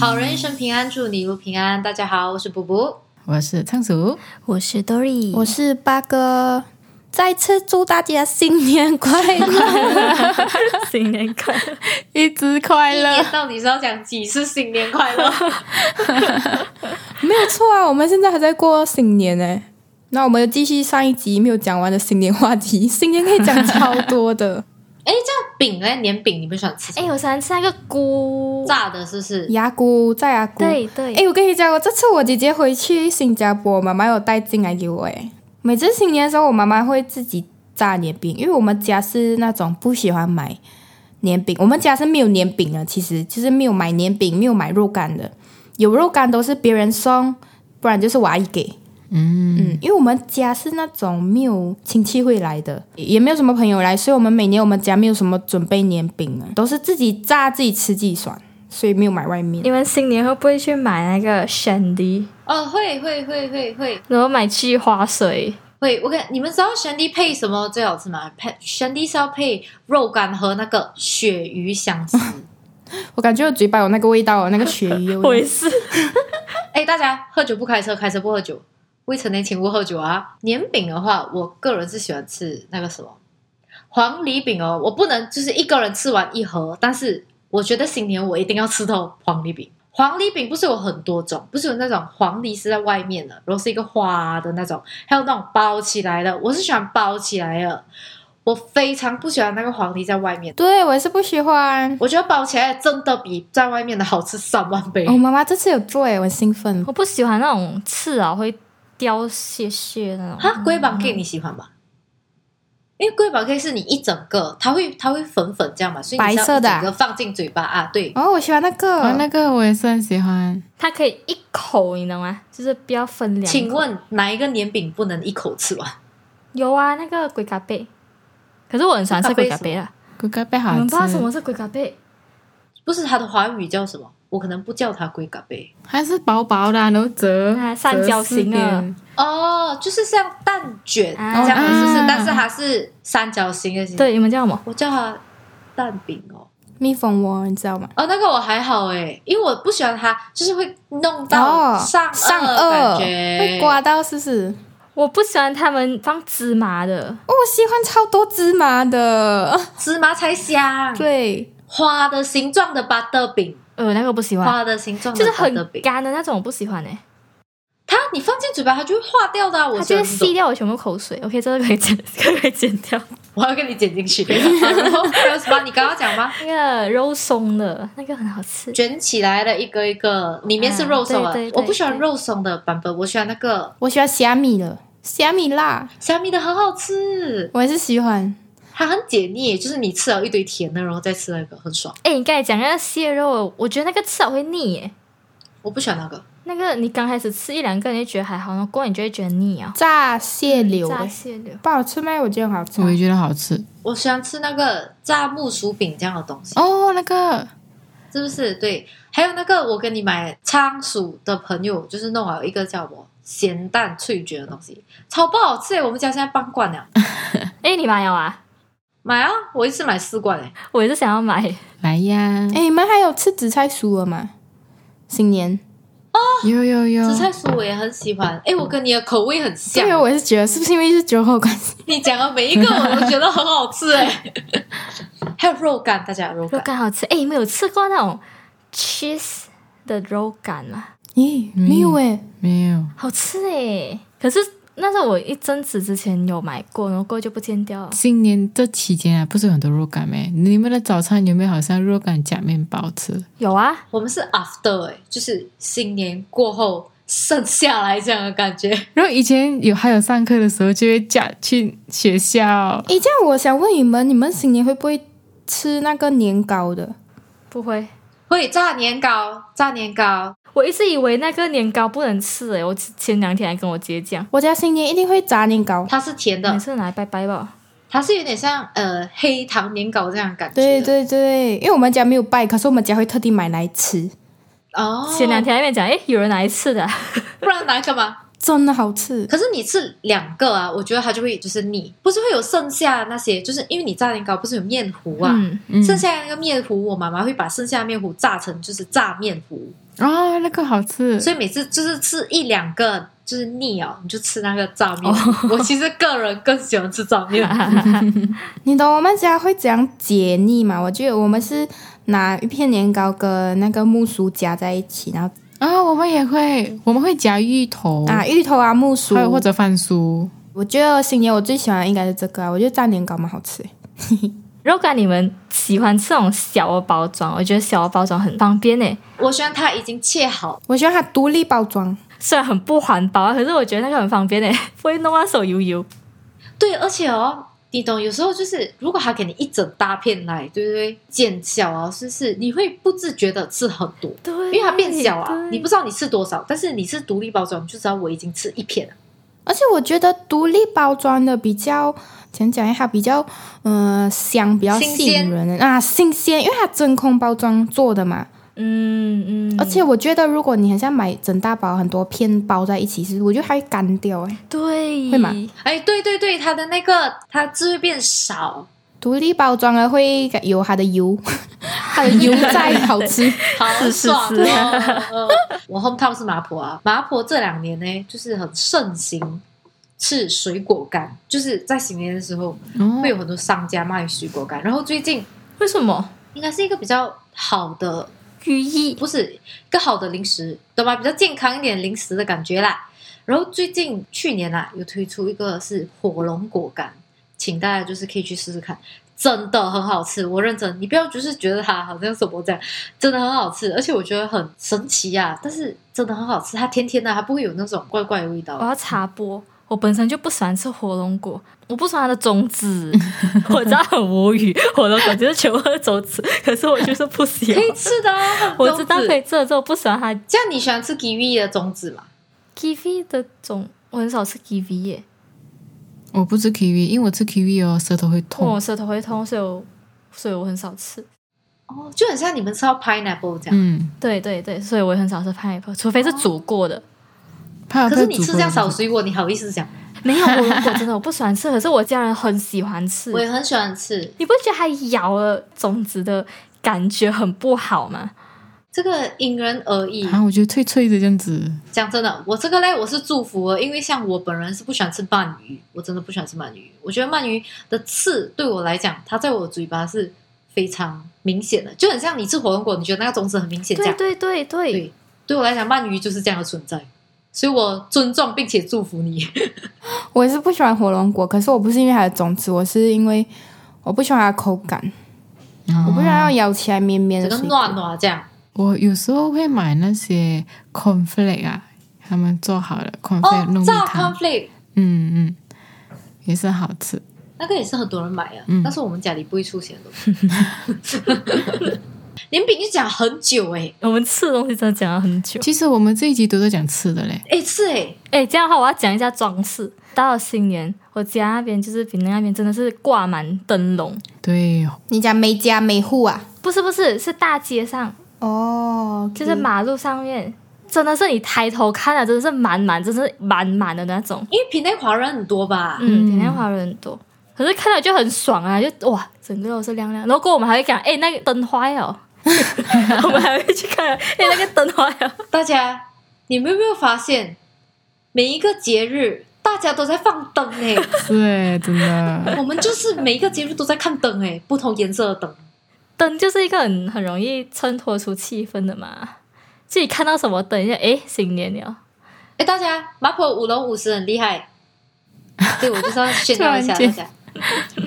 好人一生平安，祝你一路平安。大家好，我是卜卜。我是仓鼠，我是 Dory，我是八哥，再次祝大家新年快乐，新年快乐！一直快一乐年，到底是要讲几次新年快 乐？ 没有错啊！我们现在还在过新年呢、那我们继续上一集没有讲完的新年话题， 新年可以讲超多的，哎，这样饼呢？年饼你不喜欢吃什哎、么？我喜欢吃那个菇，炸的，是不是？ 牙菇再牙菇。对对，哎、我跟你讲，我这次我姐姐回去新加坡，妈妈有带进来给我哎。每次新年的时候，我妈妈会自己炸年饼，因为我们家是那种不喜欢买年饼，我们家是没有年饼的，其实就是没有买年饼，没有买肉干的，有肉干都是别人送，不然就是我阿姨给。嗯因为我们家是那种没有亲戚会来的，也没有什么朋友来，所以我们每年我们家没有什么准备年饼啊，都是自己炸自己吃自己爽，所以没有买外面。你们新年会不会去买那个 Shandy，哦，会会会会会然后买去花水？会。我跟你们知道香迪配什么最好吃吗？配香迪是要配肉干和那个鳕鱼香丝。我感觉我嘴巴有那个味道哦，那个鳕鱼的 我味也道。是，哎，大家喝酒不开车，开车不喝酒，未成年请勿喝酒啊！年饼的话，我个人是喜欢吃那个什么黄梨饼哦，我不能就是一个人吃完一盒，但是我觉得新年我一定要吃到黄梨饼。黄梨饼不是有很多种，不是有那种黄梨是在外面的，然后是一个花的那种，还有那种包起来的，我是喜欢包起来的，我非常不喜欢那个黄梨在外面，对，我也是不喜欢。我觉得包起来真的比在外面的好吃三万倍。哦我、妈妈这次有做诶，我很兴奋。我不喜欢那种刺啊会掉屑屑那种。哈，龟板 K 你喜欢吧？因为龟板 K 是你一整个，它会它会粉粉这样嘛，所以你是要白色的一啊整个放进嘴巴啊，对，哦，我喜欢那个，呃哦，那个我也是很喜欢。它可以一口，你懂吗？就是不要分两口。请问哪一个年饼不能一口吃完？有啊，那个龟咖贝，可是我很喜欢吃龟咖龟贝啊。骨干贝你好们吃，不知道什么是龟咖贝？不是它的华语叫什么？我可能不叫它龟嘎贝还是薄薄的啊，然后折啊三角形折啊四边哦，就是像蛋卷啊这样的，是不是啊？但是它是三角形的形，，对，你们叫什么？我叫它蛋饼哦。蜜蜂窝，你知道吗？哦，那个我还好诶，因为我不喜欢它，就是会弄到哦上上颚感颚觉，哦会刮到，是不是？我不喜欢他们放芝麻的，哦，我喜欢超多芝麻的。 芝麻才香。对，花的形状的巴特饼，呃，那个不喜欢，花的形嗯状的就是巴特很饼，干的那种，我不喜欢哎、它你放进嘴巴，它就会化掉的啊、我它就会喜欢这吸种掉我全部口水。OK，这个可以剪， 这个可以剪掉。我要跟你剪进去。好然后还有什么？你刚刚讲吗？那个肉松的那个很好吃，卷起来的一个一个，里面是肉松啊啊对对对我不喜欢肉松的版本，我喜欢那个我喜欢虾米的，虾米辣，虾米的，很好吃，我也是喜欢。它很解腻，就是你吃了一堆甜的，然后再吃那个，很爽。哎、你刚才讲那个蟹肉，我觉得那个吃了会腻耶。我不喜欢那个，那个你刚开始吃一两个你就觉得还好，然后过后你就会觉得腻啊。炸蟹柳，嗯炸哎蟹柳，不好吃吗？我觉得很好吃我。也觉得好吃。我喜欢吃那个炸木薯饼这样的东西，哦，那个是不是？对，还有那个我跟你买仓鼠的朋友，就是弄了一个叫什么咸蛋脆卷的东西，超不好吃诶、欸我们家现在半罐了，哎、你买了啊？买啊！我一次买四罐诶、欸我也是想要买，来呀，哦哎，你们还有吃紫菜酥了吗？新年，有有有，紫菜酥我也很喜欢，哎诶、我跟你的口味很像对，。我也是觉得是不是因为是酒后关系？你讲的每一个我都觉得很好吃诶、还有肉干，大家有肉肉干，干好吃。哎、你们有吃过那种 cheese 的肉干吗？咦，嗯没有哎，没有？好吃哎、可是那是我一阵子之前有买过，然后过后就不见掉了。新年这期间啊，不是有很多肉干咩？你们的早餐有没有好像肉干加面包吃？有啊，我们是 after 诶、就是新年过后剩下来这样的感觉。然后以前有还有上课的时候就会加去学校，诶，这样我想问你们，你们新年会不会吃那个年糕的？不会。会炸年糕，炸年糕，我一直以为那个年糕不能吃哎、我前两天还跟我姐讲，我家新年一定会炸年糕。它是甜的每，次拿来拜拜吧。它是有点像呃黑糖年糕这样的感觉。对对对，因为我们家没有拜，可是我们家会特地买来吃。哦，前两天还在那边讲，哎、有人拿来吃的啊、不然拿干嘛？真的好吃。可是你吃两个啊，我觉得它就会就是腻，不是会有剩下那些，就是因为你炸年糕不是有面糊啊，嗯，嗯剩下那个面糊，我妈妈会把剩下的面糊炸成就是炸面糊，啊，那个好吃，所以每次就是吃一两个就是腻哦，你就吃那个炸面糊。我其实个人更喜欢吃炸面糊，你懂我们家会怎样解腻吗？我记得我们是拿一片年糕跟那个木薯夹在一起，然后啊，我们也会，我们会夹芋头，啊芋头啊木哦薯还，有或者番薯，我觉得新年我最喜欢的应该是这个啊，我觉得炸年糕蛮好吃。肉干你们喜欢吃那种小的包装，我觉得小的包装很方便欸呢。我喜欢它已经切好，我喜欢它独立包装，虽然很不环保啊，可是我觉得那个很方便呢，欸 不会弄到手油油。对，而且哦。你懂，有时候就是，如果他给你一整大片来，对不对？减小啊，是不是？你会不自觉的吃很多，对，因为它变小啊，你不不知道你吃多少，但是你是独立包装，你就知道我已经吃一片了。而且我觉得独立包装的比较，讲讲一下比较，嗯，香，比较新吸引鲜人啊，新鲜，因为它真空包装做的嘛。嗯嗯，而且我觉得，如果你很像买整大包，很多片包在一起，是不是我觉得它会干掉哎、对，会吗哎，对对对，它的那个它汁会变少，独立包装的会有它的油， 它的油在好吃。好是是爽是哦！嗯我 home town 是麻婆啊，麻婆这两年呢就是很盛行吃水果干，就是在新年的时候哦会有很多商家卖水果干，然后最近为什么？应该是一个比较好的，寓意不是一个好的零食，懂吧？比较健康一点零食的感觉啦。然后最近去年啊，有推出一个是火龙果干，请大家就是可以去试试看，真的很好吃，我认真，你不要就是觉得它好像什么这样，真的很好吃，而且我觉得很神奇啊，但是真的很好吃，它甜甜的，它不会有那种怪怪的味我道。要插播，我本身就不喜欢吃火龙果，我不喜欢它的种子， 我真的很无语。火龙果就是全部都是种子，可是我就是不喜可欢以。吃的啊， 我知道很可种以子。吃的，之后不喜欢它这样你喜欢吃 kiwi 的种子吗？ kiwi 的种，我很少吃 kiwi 耶，我不吃 kiwi，因为我吃 kiwi 哦，舌头会痛痛我。舌头会痛，所以我所以我很少吃。哦，就很像你们吃到 pineapple 这样。嗯，对对对，所以我也很少吃 pineapple，除非是煮过的。怕啊可是你吃这样少水，水果，你好意思讲？没有火龙果真的我不喜欢吃，可是我家人很喜欢 吃我。也很喜欢吃你不觉得它咬了种子的感觉很不好吗？这个，因人而异。啊，我觉得脆脆的这样子，讲真的，我这个嘞，我是祝福了，因为像我本人是不喜欢吃鳗鱼，我真的不喜欢吃鳗鱼。我觉得鳗鱼的刺对我来讲，它在我嘴巴是非常明显的，就很像你吃火龙果，你觉得那个种子很明显这对样。对对对，对对我来讲，鳗鱼就是这样的存在，所以我尊重并且祝福你。我也是不喜欢火龙果，可是我不是因为它的种子，我是因为我不喜欢它的口感，我不喜欢要咬起来绵绵嗯整的个水果。暖哦暖这样。我有时候会买那些 cornflake 啊，他们做好了 cornflake 哦糯，米炸汤， cornflake 嗯嗯，也是好吃。那个也是很多人买啊，嗯但是我们家里不会出现的东西。 年饼就讲很久哎、我们吃的东西真的讲了很久。其实我们这一集都在讲吃的嘞，哎、是哎、哎，这样的话我要讲一下装饰。到了新年，我家那边就是平南那边真的是挂满灯笼，对，你讲每家每户啊？不是不是，是大街上，嗯哦，就是马路上面，真的是你抬头看了，真的是满满，真是满满的那种。因为平内华人很多吧？嗯，平南华人很多，可是看了就很爽啊，就哇，整个都是亮亮。然后过后我们还会讲，哎，那个灯坏了， 我们还会去看，哎，那个灯坏了。大家，你们有没有发现，每一个节日大家都在放灯哎、 是诶真的。我们就是每一个节日都在看灯哎、不同颜色的灯。灯就是一个很很容易衬托出气氛的嘛。自己看到什么灯，一下哎，新年了，哎，大家，麻婆舞龙舞狮很厉 害，对我就是要炫耀一下突大然家。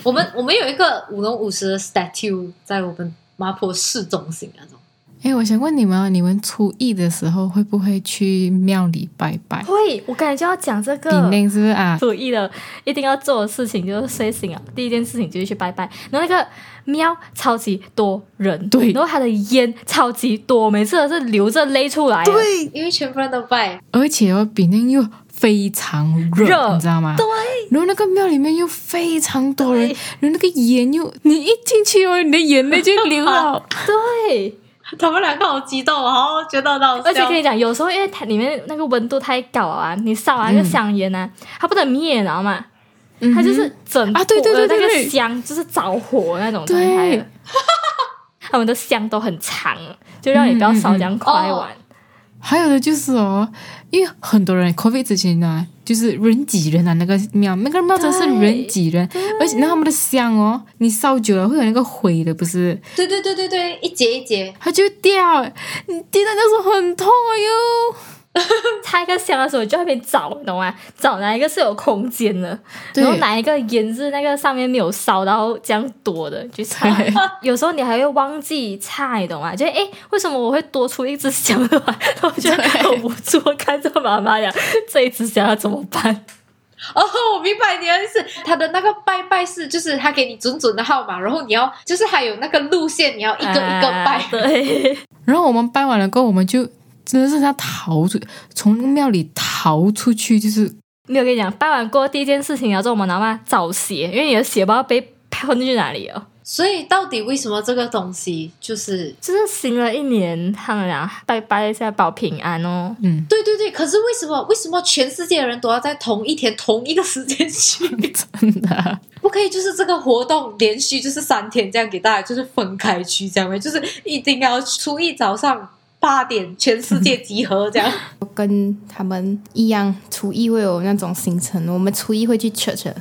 我们我们有一个舞龙舞狮的 statue 在我们麻婆市中心那种。哎，我想问你们啊，你们初一的时候会不会去庙里拜拜？会，我刚才就要讲这你个。那是不是啊？注意了，一定要做的事情就是睡醒啊，第一件事情就是去拜拜。然后那个喵超级多人，对然后它的烟超级多，每次都是流着泪出来啊的，对，因为全部人都拜，而且哦，比那又非常热，热你知道吗？对。然后那个庙里面又非常多 人，然后那个盐又，你一进去哦，你的眼泪就流了。他们两个好激动哦，觉得很好笑。而且跟你讲，有时候因为它里面那个温度太高啊，你烧完那个香烟啊，它不能灭，你知道吗？它就是整嗯啊对对对坨的对那个对香就是着火那种状态 对了。，他们的香都很长，就让你不要烧这样快嗯完。还有的就是哦，因为很多人 COVID 之前呢，就是人挤人啊，那个庙，那个庙真是人挤人，而且那他们的香哦，你烧久了会有那个灰的，不是？对对对对对，一节一节，它就会掉，你滴到那时候很痛哦哟。哦插一个香的时候，你就在那边找，你懂吗？找哪一个是有空间的，对然后哪一个烟是那个上面没有烧，然后这样躲的去插。 有时候你还会忘记插，你懂吗？就哎，诶为什么我会多出一支香的话， 然后我就很无助，看着妈妈呀，这一支香要怎么办？哦，我明白你的意思。他的那个拜拜是，就是他给你准准的号码，然后你要就是还有那个路线，你要一个一个拜。啊对，然后我们拜完了过后，我们就真的是要逃出，从庙里逃出去，就是 没有跟你讲，拜完过后第一件事情要做我们拿嘛找鞋，因为你的鞋不知道被喷去哪里哦了。所以到底为什么这个东西就是？就是行了一年，他们俩拜拜一下保平安哦。嗯，对对对，可是为什么为什么全世界的人都要在同一天同一个时间去？真的。不可以就是这个活动连续就是三天这样给大家就是分开去这样吗？就是一定要初一早上八点全世界集合这样。我跟他们一样，初一会有那种行程，我们初一会去 church 的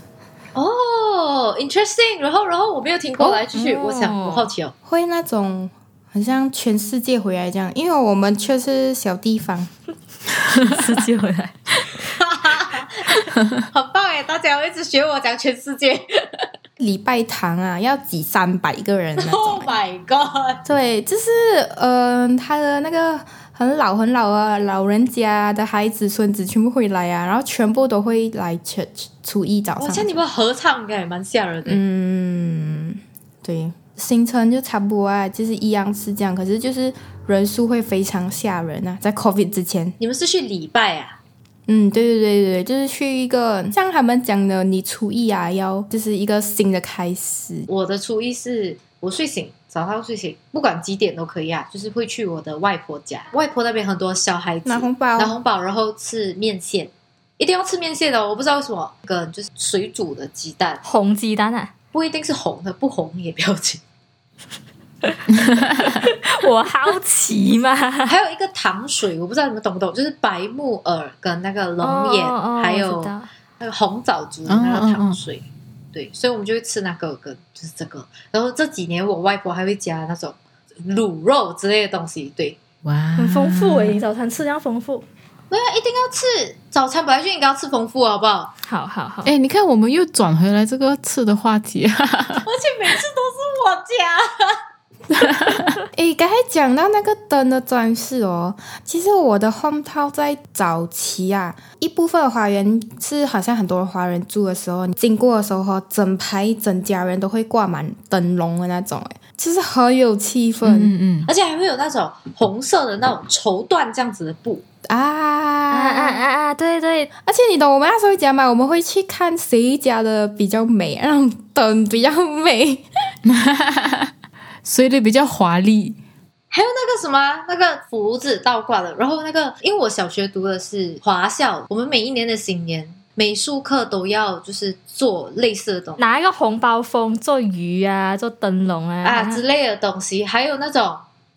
哦、i n t e r e s t i n g 然后，然后我没有听过，哦来继续，哦我想我好奇哦。会那种很像全世界回来这样，因为我们却是小地方，世界回 来。 很棒哎！大家要一直学我讲全世界。礼拜堂啊要挤三百个人 那种。 Oh my god！对，就是嗯、呃他的那个很老很老啊，老人家的孩子孙子全部会来啊，然后全部都会来 church 初一早我上像。你们合唱应该也蛮吓人的。嗯，对，行程就差不多啊，就是一样是这样，可是就是人数会非常吓人啊，在 COVID 之前。你们是去礼拜啊？嗯，对对对对，就是去一个像他们讲的，你初一啊，要就是一个新的开始。我的初一是我睡醒，早上睡醒，不管几点都可以啊，就是会去我的外婆家。外婆那边很多小孩子，拿红包拿，红包，然后吃面线，一定要吃面线的哦。我不知道为什么，个就是水煮的鸡蛋，红鸡蛋啊，不一定是红的，不红也不要紧。 我好奇 嘛。还有一个糖水，我不知道你们懂不懂，就是白木耳跟那个龙眼，哦哦还我有知道还有红枣族的那嗯嗯个嗯糖水。对，所以我们就会吃那个跟就是这个。然后这几年我外婆还会加那种卤肉之类的东西。对，哇，很丰富诶、你早餐吃这样丰富。没有一定要吃早餐，本来就应该要吃丰富，好不好？好好好，哎、你看，我们又转回来这个吃的话题，啊而且每次都是我加。诶，刚才讲到那个灯的装饰哦，其实我的 home town 在早期啊，一部分华人是好像很多华人住的时候，你经过的时候哦，整排整家人都会挂满灯笼的那种，诶，就是很有气氛、嗯嗯，而且还会有那种红色的那种绸缎这样子的布，啊啊啊！啊啊！对对，而且你懂我们那时候讲嘛，我们会去看谁家的比较美，那种灯比较美。所以的比较华丽，还有那个什么那个福字倒挂的。然后那个，因为我小学读的是华校，我们每一年的新年美术课都要就是做类似的东西。拿一个红包封做鱼啊，做灯笼啊啊之类的东西，还有那种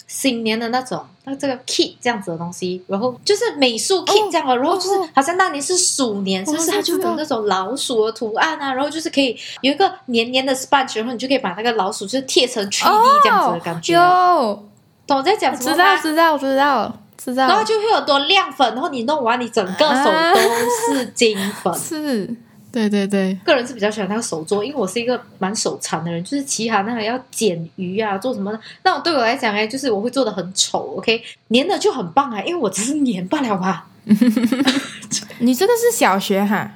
新年的那种，那这个 kit 这样子的东西，然后就是美术 kit 这样的，然后就是好像那年是鼠年，是不是？好像它就会知道有那种老鼠的图案啊，然后就是可以有一个黏黏的 sponge，然后你就可以把那个老鼠就是贴成 3D 这样子的感觉，哦有，懂我在讲什知么道吗？知道知道知然后道，就会有多亮粉，然后你弄完，你整个手啊都是金粉。 是对对对，个人是比较喜欢那个手作，因为我是一个蛮手残的人，就是其他那个要剪鱼啊，做什么的，那种对我来讲哎，就是我会做的很丑，OK，粘的就很棒啊，因为我只是粘罢了嘛。你这个是小学哈。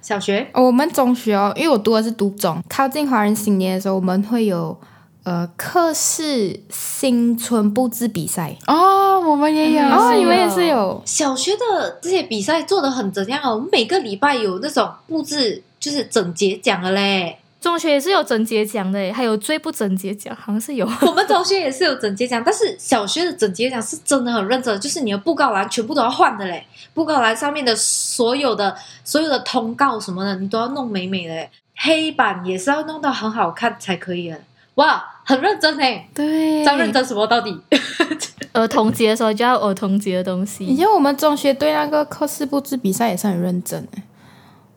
小学我们中学哦，因为我读的是读中，靠近华人新年的时候，我们会有呃课室新春布置比赛。哦，我们也有，哦，是你们也有是有小学的这些比哦赛做的很怎样啊？我们每个礼拜有那种布置，就是整节奖的嘞。中学也是有整洁奖的耶，还有最不整洁奖，好像是有。 我们中学也是有整洁奖，但是小学的整洁奖是真的很认真，就是你的布告栏全部都要换的嘞，布告栏上面的所有的所有的通告什么的，你都要弄美美的嘞，黑板也是要弄到很好看才可以的。哇，很认真哎，对，张认真什么到底？ 儿童节的时候就要儿童节的东以西，前我们中学对那个课室布置比赛也是很认真的。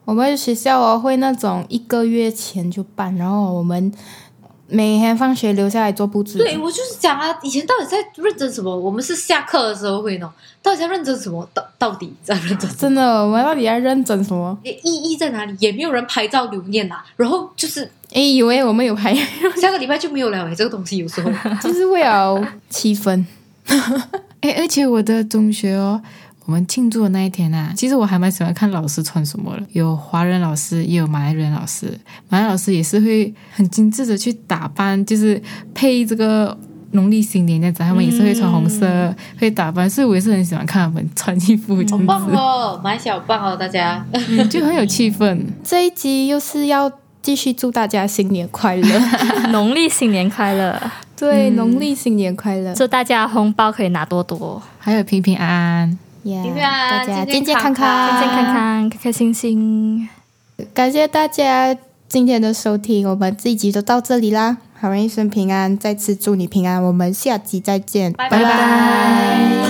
我们学校哦会那种一个月前就办，然后我们每天放学留下来做布置。对， 我就是讲啊，以前到底在认真什么？我们是下课的时候会弄，到底在认真什么？到到底在认真什么？真的，我们到底在认真什么？意义在哪里？也没有人拍照留念啦、然后就是诶，以为我们有排， 下个礼拜就没有了、欸、这个东西有时候就是为了气氛。哎，而且我的中学哦，我们庆祝的那一天啊，其实我还蛮喜欢看老师穿什么的，有华人老师，也有马来人老师。马来老师也是会很精致的去打扮，就是配这个农历新年这样子，他们也是会穿红色，嗯会打扮，所以我也是很喜欢看他们穿衣服这样棒子，哦，买小棒哦，大家嗯就很有气氛。这一集又是要继续祝大家新年快 乐，农历新年快乐，对，农历新年快乐，祝大家红包可以拿多多，还有平平安安， Yeah，平平大安家健健健健啊康康康康，健健康康，开开心心，感谢大家今天的收听，我们这一集就到这里啦。好人一生平安，再次祝你平安，我们下集再见，拜拜